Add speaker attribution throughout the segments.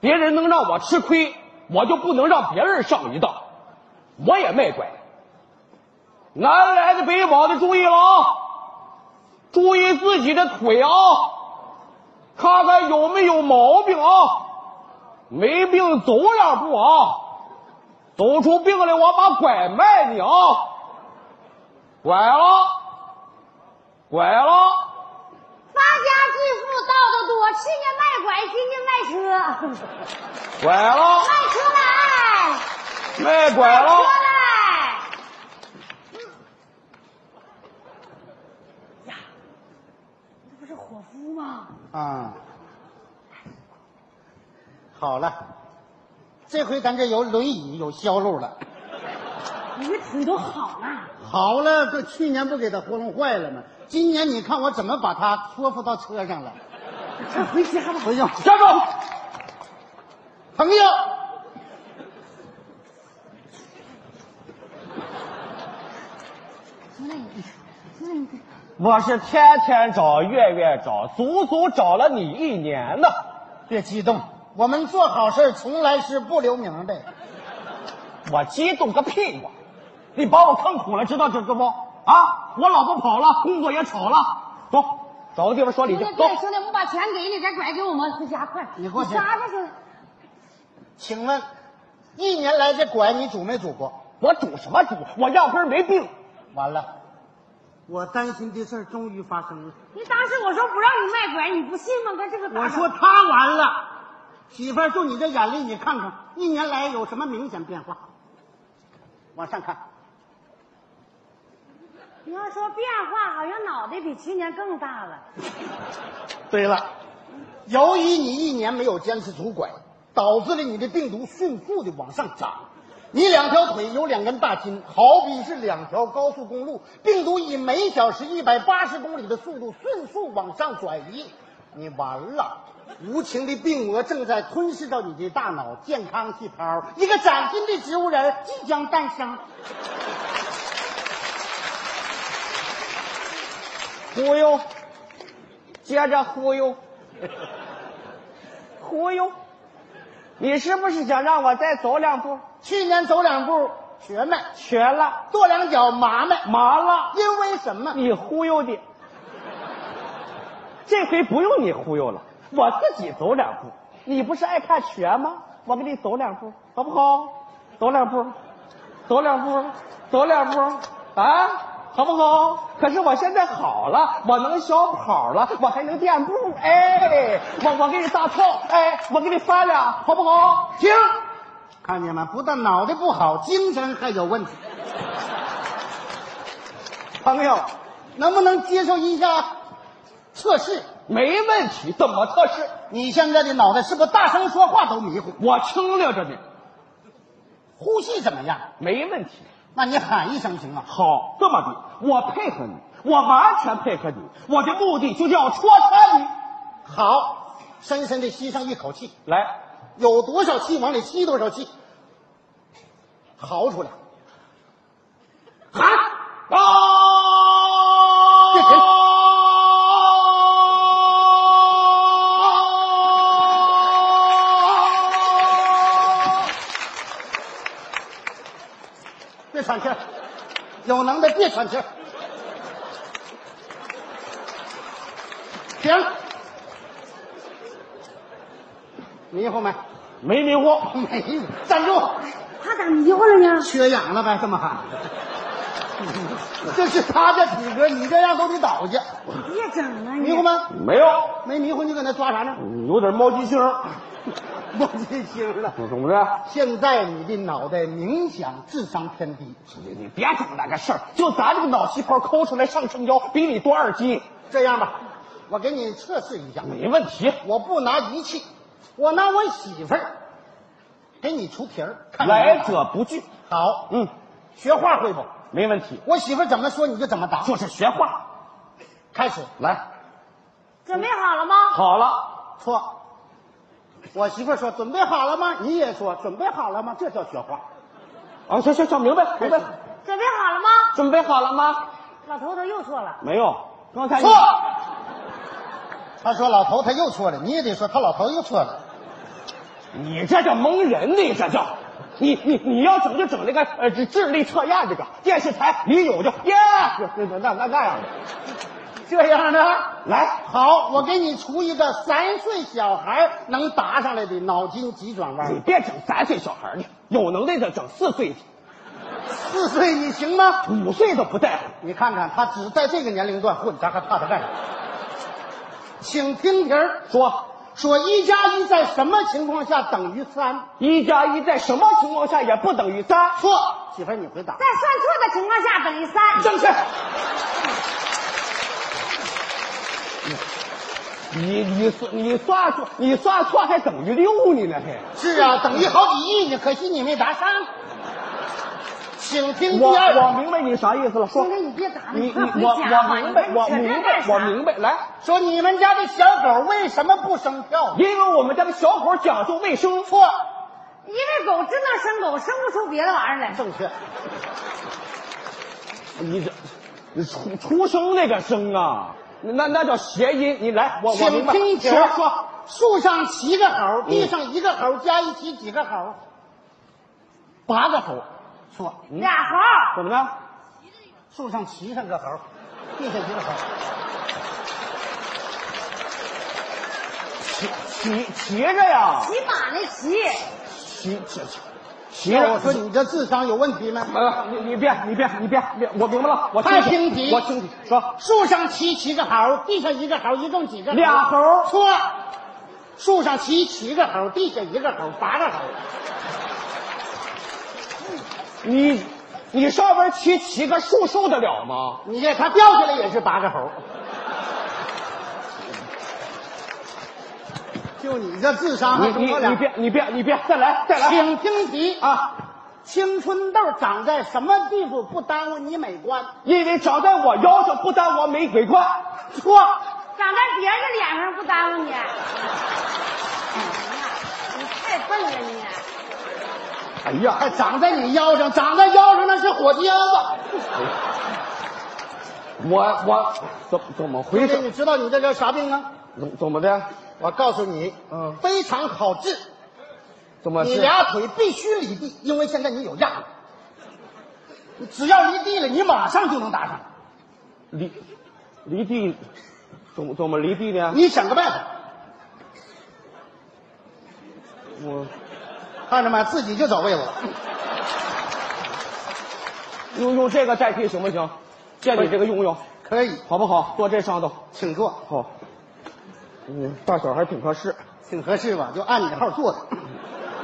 Speaker 1: 别人能让我吃亏，我就不能让别人上一当。我也卖拐。南来的北往的，注意了啊！注意自己的腿啊，看看有没有毛病啊！没病走两步啊，走出病来我把拐卖你啊！拐了，拐了。
Speaker 2: 发家致富到的多，吃家卖拐，亲家卖车，
Speaker 1: 拐了，
Speaker 2: 卖车来，
Speaker 1: 卖拐
Speaker 2: 车
Speaker 1: 了，
Speaker 2: 来，嗯呀，这不是伙夫吗？
Speaker 3: 啊，好了，这回咱这有轮椅有销路了。
Speaker 2: 你这腿都好了，
Speaker 3: 好了，这去年不给他糊弄坏了吗？今年你看我怎么把他说服到车上了？
Speaker 2: 快回家吧。
Speaker 3: 不用，
Speaker 1: 站住！
Speaker 3: 朋友，
Speaker 1: 我是天天找，月月找，足足找了你一年呢。
Speaker 3: 别激动，我们做好事从来是不留名的。
Speaker 1: 我激动个屁呀！你把我坑苦了，知道这个不？啊，我老婆跑了，工作也吵了。走，找个地方说理
Speaker 2: 兄
Speaker 1: 去
Speaker 2: 弟，。
Speaker 1: 走，
Speaker 2: 对，兄弟，我们把钱给你，这拐给我们，回家快！
Speaker 3: 你给我去
Speaker 2: 扎吧，兄弟。
Speaker 3: 请问，一年来这拐你拄没拄过？
Speaker 1: 我赌什么赌？我压根儿没病。
Speaker 3: 完了，我担心的事儿终于发生了。
Speaker 2: 你当时我说不让你卖拐，你不信吗？跟这个打
Speaker 3: 我说他完了，媳妇儿，就你这眼力，你看看一年来有什么明显变化？往上看，
Speaker 2: 你要说变化，好像脑袋比去年更大了。
Speaker 3: 对了，由于你一年没有坚持拄拐，导致了你的病毒迅速的往上涨。你两条腿有两根大筋，好比是两条高速公路，病毒以每小时一百八十公里的速度迅速往上转移，你完了！无情的病魔正在吞噬到你的大脑健康细胞，一个崭新的植物人即将诞生。
Speaker 1: 忽悠，接着忽悠，忽悠，你是不是想让我再走两步？
Speaker 3: 去年走两步瘸迈，
Speaker 1: 瘸了，
Speaker 3: 跺两脚麻迈，
Speaker 1: 麻了，
Speaker 3: 因为什么？
Speaker 1: 你忽悠的。这回不用你忽悠了，我自己走两步。你不是爱看瘸吗？我给你走两步，好不好？走两步，走两步，走两步，啊，好不好？可是我现在好了，我能小跑了，我还能垫步，哎，我我给你大跳，哎，我给你翻两，好不好？
Speaker 3: 停！看见吗？不但脑袋不好，精神还有问题。朋友，能不能接受一下测试？
Speaker 1: 没问题，怎么测试？
Speaker 3: 你现在的脑袋是不是大声说话都迷糊？
Speaker 1: 我清亮着呢，
Speaker 3: 呼吸怎么样？
Speaker 1: 没问题。
Speaker 3: 那你喊一声行吗？
Speaker 1: 好，这么的，我配合你，我完全配合你，我的目的就是要戳穿你。
Speaker 3: 好，深深的吸上一口气，
Speaker 1: 来，
Speaker 3: 有多少气往里吸多少气，嚎出来。
Speaker 1: 喊啊！
Speaker 3: 别停 别喘气儿，有能耐别喘气儿。停，迷糊没？
Speaker 1: 没迷糊，
Speaker 3: 没有，站住！
Speaker 2: 他咋迷糊了呢？
Speaker 3: 缺氧了呗？这么喊， 这是他的体格，你这样都得倒下。
Speaker 2: 别整了，
Speaker 3: 迷糊？吗？
Speaker 1: 没有，
Speaker 3: 没迷糊，你搁那抓啥呢？
Speaker 1: 有点冒金星，
Speaker 3: 冒金星了。
Speaker 1: 怎么的？
Speaker 3: 现在你的脑袋明显智商偏低，
Speaker 1: 你你别整那个事儿，就咱这个脑细胞抠出来上升腰，比你多二斤，
Speaker 3: 这样吧，我给你测试一下。
Speaker 1: 没问题。
Speaker 3: 我不拿仪器，我拿我媳妇儿给你出题儿。看
Speaker 1: 来者不拒，
Speaker 3: 好，
Speaker 1: 嗯，
Speaker 3: 学画会不？
Speaker 1: 没问题，
Speaker 3: 我媳妇儿怎么说你就怎么答。
Speaker 1: 就是学画。
Speaker 3: 开始
Speaker 1: 来，
Speaker 2: 准备好了吗？
Speaker 1: 好了，
Speaker 3: 错。我媳妇儿说准备好了吗？你也说准备好了吗？这叫学画。
Speaker 1: 啊，行行行，明白明白，
Speaker 2: 准备好了吗？
Speaker 1: 准备好了吗？
Speaker 2: 老头头又错了，
Speaker 1: 没有，刚才你
Speaker 3: 错。他说老头他又错了，你也得说他老头又错了。
Speaker 1: 你这叫蒙人呢，这叫。你你你要整就整那个呃智智力测验这个电视台里有就耶那那那那那样的
Speaker 3: 这样的。
Speaker 1: 来
Speaker 3: 好，我给你出一个三岁小孩能答上来的脑筋急转
Speaker 1: 你
Speaker 3: 弯。
Speaker 1: 别整三岁小孩儿去，有能耐的整四岁的，
Speaker 3: 四岁你行吗？
Speaker 1: 五岁都不在乎。
Speaker 3: 你看看他只在这个年龄段混，咱还怕他干啥？请听题儿，
Speaker 1: 说
Speaker 3: 说一加一在什么情况下等于三？
Speaker 1: 一加一在什么情况下也不等于三？
Speaker 3: 错，媳妇儿你回答
Speaker 2: 在。算错的情况下等于三。
Speaker 1: 正是。你你算你算错你算错还等于六呢那还。
Speaker 3: 是啊，等于好几亿呢，可惜你没答上。请听第
Speaker 1: 我
Speaker 3: 二
Speaker 1: 我
Speaker 3: 题，
Speaker 1: 明白你啥意思了，说
Speaker 2: 现。在你别打了，
Speaker 1: 你你
Speaker 2: 快回
Speaker 1: 我
Speaker 2: 家吧。
Speaker 1: 我明白
Speaker 2: 你
Speaker 1: 我
Speaker 2: 搁这
Speaker 1: 明
Speaker 2: 干
Speaker 1: 白
Speaker 2: 啥
Speaker 1: 我明白，来，
Speaker 3: 说你们家的小狗为什么不生票？
Speaker 1: 因为我们家的小狗讲究卫生。
Speaker 3: 错，
Speaker 2: 因为狗只能生狗，生不出别的玩意儿来。
Speaker 3: 正确。
Speaker 1: 你这，你出出生那个生啊，那那叫谐音。你来，我我明
Speaker 3: 请
Speaker 1: 白。
Speaker 3: 听题
Speaker 1: 说嗯
Speaker 3: 儿
Speaker 1: 说，
Speaker 3: 树上七个猴，地上一个猴，加一起几个猴？八个猴。错，
Speaker 1: 嗯
Speaker 2: 俩猴，
Speaker 1: 怎么了？
Speaker 3: 树上骑上个猴，地上一个猴。
Speaker 1: 骑骑着呀，
Speaker 2: 骑马那骑，
Speaker 1: 骑骑骑骑
Speaker 3: 那我说
Speaker 1: 着。
Speaker 3: 你这智商有问题没？
Speaker 1: 呃，你你别你别你别别，我明白了，我
Speaker 3: 太
Speaker 1: 听
Speaker 3: 听题，
Speaker 1: 我听题说，
Speaker 3: 树上骑七个猴，地上一个猴，一共几个？
Speaker 1: 俩猴
Speaker 3: 错，树上骑七个猴，地下一个猴，八个猴。
Speaker 1: 你你上边骑骑个树受得了吗？
Speaker 3: 你这它掉下来也是八 个猴。就你这智商还
Speaker 1: 你
Speaker 3: 中
Speaker 1: 你
Speaker 3: 我俩
Speaker 1: 你。别你别你别再来再来
Speaker 3: 请听题啊，
Speaker 1: 啊！
Speaker 3: 青春痘长在什么地方不耽误你美观？
Speaker 1: 因为长在我腰上不耽误我玫瑰冠。
Speaker 3: 错，
Speaker 2: 长在别人的脸上不耽误你。哎呀，你太笨了你！
Speaker 1: 哎呀，
Speaker 3: 哎，长在你腰上，长在腰上那是火疖子。
Speaker 1: 我我怎怎么回
Speaker 3: 兄弟，
Speaker 1: 事？
Speaker 3: 你知道你这叫啥病吗？
Speaker 1: 怎怎么的？
Speaker 3: 我告诉你，
Speaker 1: 嗯
Speaker 3: 非常好治。
Speaker 1: 怎么
Speaker 3: 你
Speaker 1: 是？
Speaker 3: 俩腿必须离地，因为现在你有压力。你只要离地了，你马上就能打上。
Speaker 1: 离离地怎么怎么离地呢？
Speaker 3: 你想个办法，
Speaker 1: 我
Speaker 3: 看着没？自己就找位子了。
Speaker 1: 用用这个代替行不行？借你这个用用
Speaker 3: 可以，
Speaker 1: 好不好？坐这上头
Speaker 3: 请坐，
Speaker 1: 好。嗯，大小还挺合适。
Speaker 3: 挺合适吧？就按你号坐着。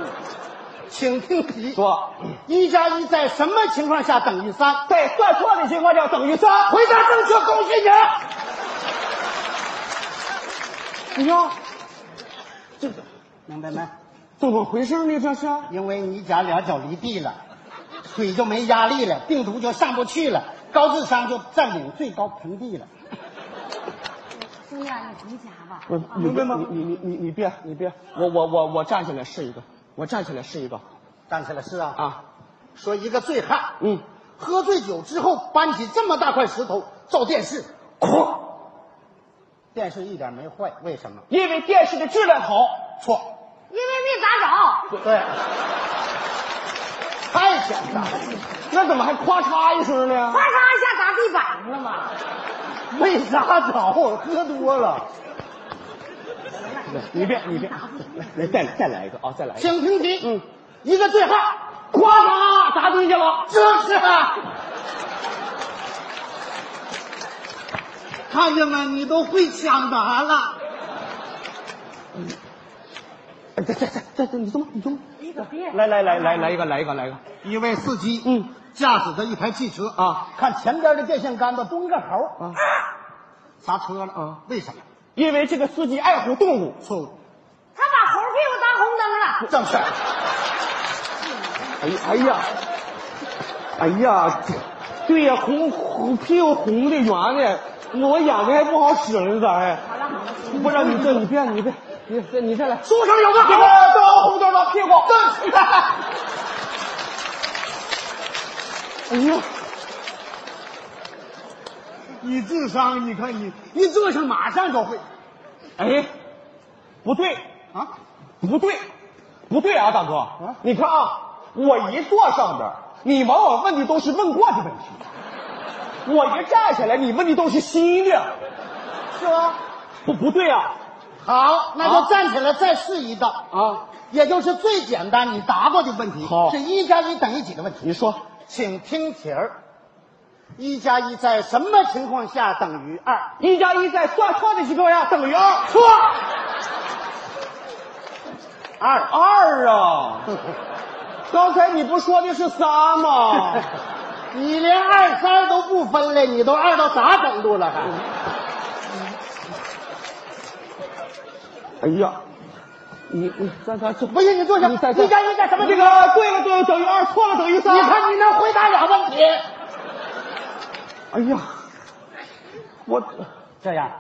Speaker 3: 请听题：
Speaker 1: 说，
Speaker 3: 一加一在什么情况下等于三？
Speaker 1: 在算错的情况下等于三。
Speaker 3: 回答正确，恭喜你！哎
Speaker 1: 你呀，这
Speaker 3: 明白没？
Speaker 1: 怎么回事呢？这是？
Speaker 3: 因为你俩俩脚离地了，腿就没压力了，病毒就上不去了，高智商就占领最高盆地了。
Speaker 2: 兄弟，你回家吧。
Speaker 1: 不是
Speaker 2: 啊
Speaker 1: 嗯你别你你你你你别你别，我我我我站起来试一个，我站起来试一个
Speaker 3: 站起来是啊，
Speaker 1: 啊，
Speaker 3: 说一个醉汉，
Speaker 1: 嗯，
Speaker 3: 喝醉酒之后搬起这么大块石头照电视，
Speaker 1: 哐。
Speaker 3: 电视一点没坏，为什么？
Speaker 1: 因为电视的质量好。
Speaker 3: 错，
Speaker 2: 因为没
Speaker 1: 嗯
Speaker 2: 砸着，
Speaker 3: 对，太简单了，
Speaker 1: 那怎么还咔嚓一声呢
Speaker 2: 咔？嚓一下砸地板上了嘛。
Speaker 3: 没砸着，啊喝多了。
Speaker 1: 你别，你别，来再再来一个啊，再来一个。
Speaker 3: 请听题，
Speaker 1: 嗯，
Speaker 3: 一个醉汉，
Speaker 1: 呱嚓砸地下了。
Speaker 3: 就是啊。 看见没？你都会抢答了。
Speaker 1: 再再再再再，你怎么你怎么？
Speaker 2: 你可别
Speaker 1: 来来来来来一个来一个来一个。
Speaker 3: 一位司机，
Speaker 1: 嗯，
Speaker 3: 驾驶着一台汽车
Speaker 1: 啊，
Speaker 3: 看前边的电线杆子蹲个猴
Speaker 1: 啊，
Speaker 3: 刹车了
Speaker 1: 啊，
Speaker 3: 为什么？
Speaker 1: 因为这个司机爱护动物。
Speaker 3: 错误，
Speaker 2: 他把猴屁股当红灯了。
Speaker 3: 正事儿
Speaker 1: 哎呀哎呀，哎呀，这对呀，红红屁股红的圆的，我眼睛还不好使呢，咋还？
Speaker 2: 好了好了，行
Speaker 1: 不是你这你别你别你再你再来。
Speaker 3: 树上有个
Speaker 1: 这个
Speaker 3: 猴，
Speaker 1: 都红豆的屁股。
Speaker 3: 正事儿
Speaker 1: 哎呀。
Speaker 3: 你智商，你看你，一坐上马上就会
Speaker 1: 哎，不对，
Speaker 3: 啊，
Speaker 1: 不对，不对啊，大哥，你看啊，我一坐上边儿，你往往问的都是问过的问题；我一站起来，你问的都是新的。
Speaker 3: 是吧？
Speaker 1: 不不对啊，
Speaker 3: 好，那
Speaker 1: 啊
Speaker 3: 就站起来再试一道
Speaker 1: 啊，
Speaker 3: 也就是最简单你答过的问题。
Speaker 1: 好
Speaker 3: 是一加一等于几的问题？
Speaker 1: 你说
Speaker 3: 请听题儿：一加一在什么情况下等于二？
Speaker 1: 一加一在算算的情况下等于二，错
Speaker 3: 二
Speaker 1: 二啊！刚才你不说的是三吗？
Speaker 3: 你连二三都不分了，你都二到啥程度了？
Speaker 1: 嗯哎
Speaker 3: 还
Speaker 1: 呀，你你咱咱这
Speaker 3: 不信你坐下。
Speaker 1: 你再再
Speaker 3: 一加一在什么
Speaker 1: 这个
Speaker 3: 情况？
Speaker 1: 对了对了等于二，错了等于三。
Speaker 3: 你看你能回答俩问题？
Speaker 1: 哎呀，我
Speaker 3: 这样，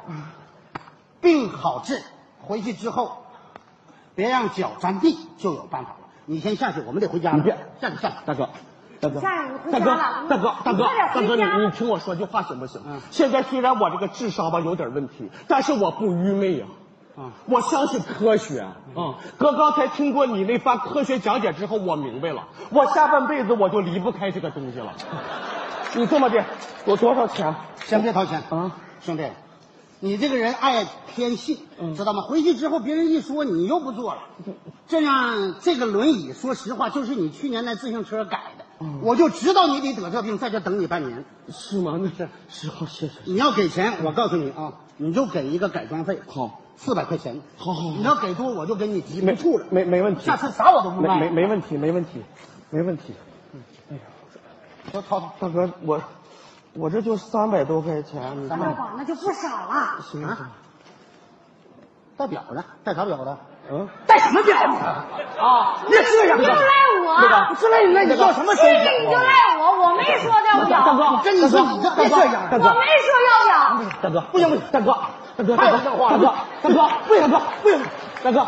Speaker 3: 病好治，回去之后，别让脚沾地，就有办法了。你先下去，我们得回家了。
Speaker 1: 你别
Speaker 3: 下去下去。
Speaker 1: 大哥，大哥，
Speaker 2: 下一个回
Speaker 1: 大哥，
Speaker 2: 家了
Speaker 1: 大哥，大
Speaker 2: 你
Speaker 1: 哥
Speaker 2: 快点，
Speaker 1: 大
Speaker 2: 回
Speaker 1: 哥，
Speaker 2: 家
Speaker 1: 你你听我说句话行不行？
Speaker 3: 嗯
Speaker 1: 现在虽然我这个智商吧有点问题，但是我不愚昧呀、
Speaker 3: 嗯
Speaker 1: 我相信科学。嗯，哥刚才听过你那番科学讲解之后，我明白了，我下半辈子我就离不开这个东西了。 你这么的，有多少钱？
Speaker 3: 先别掏钱
Speaker 1: 啊，
Speaker 3: 兄弟，你这个人爱偏信，
Speaker 1: 嗯
Speaker 3: 知道吗？回去之后别人一说你又不做了，这样这个轮椅，说实话就是你去年那自行车改的，
Speaker 1: 嗯
Speaker 3: 我就知道你得得这病，在这等你半年。
Speaker 1: 是吗？那是是好，谢谢。
Speaker 3: 你要给钱，我告诉你啊，你就给一个改装费，
Speaker 1: 好，
Speaker 3: 四百块钱。
Speaker 1: 好好好
Speaker 3: 你要给多我就给你急
Speaker 1: 没
Speaker 3: 吐了，
Speaker 1: 没没问题。
Speaker 3: 下次啥我都不
Speaker 1: 没
Speaker 3: 卖。
Speaker 1: 没没问题，没问题，没问题。嗯哎
Speaker 3: 我掏掏。
Speaker 1: 大哥，我我这就三百多块钱，你
Speaker 3: 三
Speaker 2: 大
Speaker 3: 百
Speaker 1: 看
Speaker 2: 宝那就不少了，
Speaker 1: 行不行？
Speaker 3: 带表呢？带啥表呢？
Speaker 1: 嗯。
Speaker 3: 带什么表啊？
Speaker 1: 啊，
Speaker 3: 你这样
Speaker 2: 哦你就
Speaker 3: 干嘛
Speaker 2: 赖我
Speaker 3: 对吧？这赖你，那你要什么手
Speaker 2: 这
Speaker 3: 表
Speaker 2: 个你就
Speaker 3: 啊？
Speaker 2: 赖我，我没说要不
Speaker 1: 大
Speaker 2: 要，
Speaker 1: 哥，
Speaker 3: 跟你说你这别这样
Speaker 1: 大
Speaker 2: 我
Speaker 1: 哥，
Speaker 2: 没说要不要，
Speaker 1: 大哥，不行不行，大哥，大哥，大
Speaker 3: 太
Speaker 1: 哥，
Speaker 3: 不像话了
Speaker 1: 哎大哥，大哥，不行，大哥，不行，大哥，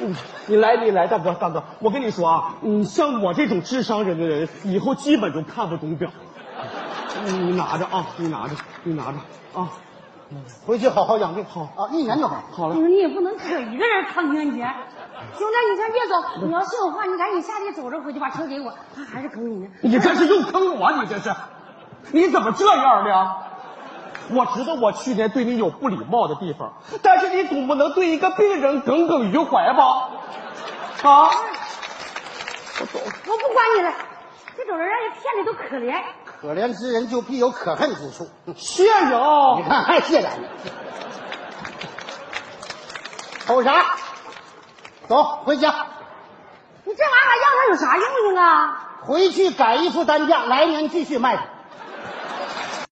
Speaker 1: 你你来你来，大哥大哥，我跟你说啊，嗯，像我这种智商人的人，以后基本就看不懂表了。你你拿着啊，你拿着，你拿着啊，
Speaker 3: 回去好好养病，好啊，一年就好。
Speaker 1: 好了
Speaker 2: 你。说你也不能可一个人扛情人节。兄弟，你先别走，你要信我话，你赶紧下地走着回去，把车给我。他还是坑你呢。
Speaker 1: 你这是又坑我，啊你这是，你怎么这样呢？我知道我去年对你有不礼貌的地方，但是你总不能对一个病人耿耿于怀吧？啊，
Speaker 2: 我不管你了，这种人让人骗的都可怜。
Speaker 3: 可怜之人就必有可恨之处。
Speaker 1: 谢谢啊
Speaker 3: 你！看，还谢咱们。瞅啥？走，回家，
Speaker 2: 你这玩意儿要他有啥用用啊？
Speaker 3: 回去改一副担架，来年继续卖它。